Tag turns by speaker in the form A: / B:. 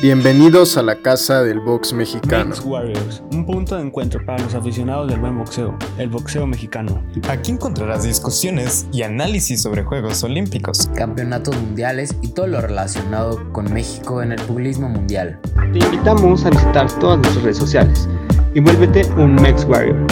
A: Bienvenidos a la casa del box mexicano.
B: Mex Warriors, un punto de encuentro para los aficionados del buen boxeo, el boxeo mexicano.
C: Aquí encontrarás discusiones y análisis sobre Juegos Olímpicos.
D: campeonatos mundiales y todo lo relacionado con México en el pugilismo mundial.
E: Te invitamos a visitar todas nuestras redes sociales y vuélvete un Mex Warrior.